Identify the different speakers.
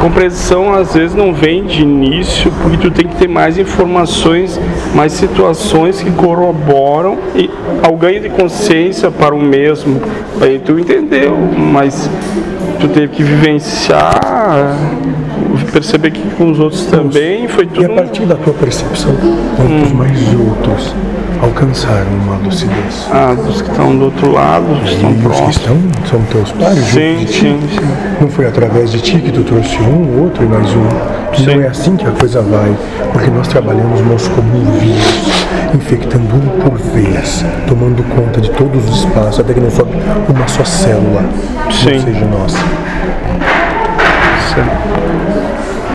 Speaker 1: compreensão às vezes não vem de início, porque tu tem que ter mais informações, mais situações que corroboram e ao ganho de consciência para o mesmo. Aí tu entendeu, mas tu teve que vivenciar, perceber que com os outros também foi tudo. um
Speaker 2: E a partir da tua percepção, quantos mais outros alcançaram uma lucidez?
Speaker 1: Ah, dos que estão do outro lado, os que
Speaker 2: E
Speaker 1: estão
Speaker 2: os que
Speaker 1: próximos.
Speaker 2: estão são teus pares?
Speaker 1: Sim,
Speaker 2: junto de ti?
Speaker 1: sim, sim.
Speaker 2: Não foi através de ti que tu trouxe um, outro e mais um.
Speaker 1: Sim.
Speaker 2: Não é assim que a coisa vai, porque nós trabalhamos nós como um vírus, infectando um por vez, tomando conta de todos os espaços, até que não sobe uma só célula,
Speaker 1: Sim.
Speaker 2: ou seja, nós.
Speaker 1: Certo.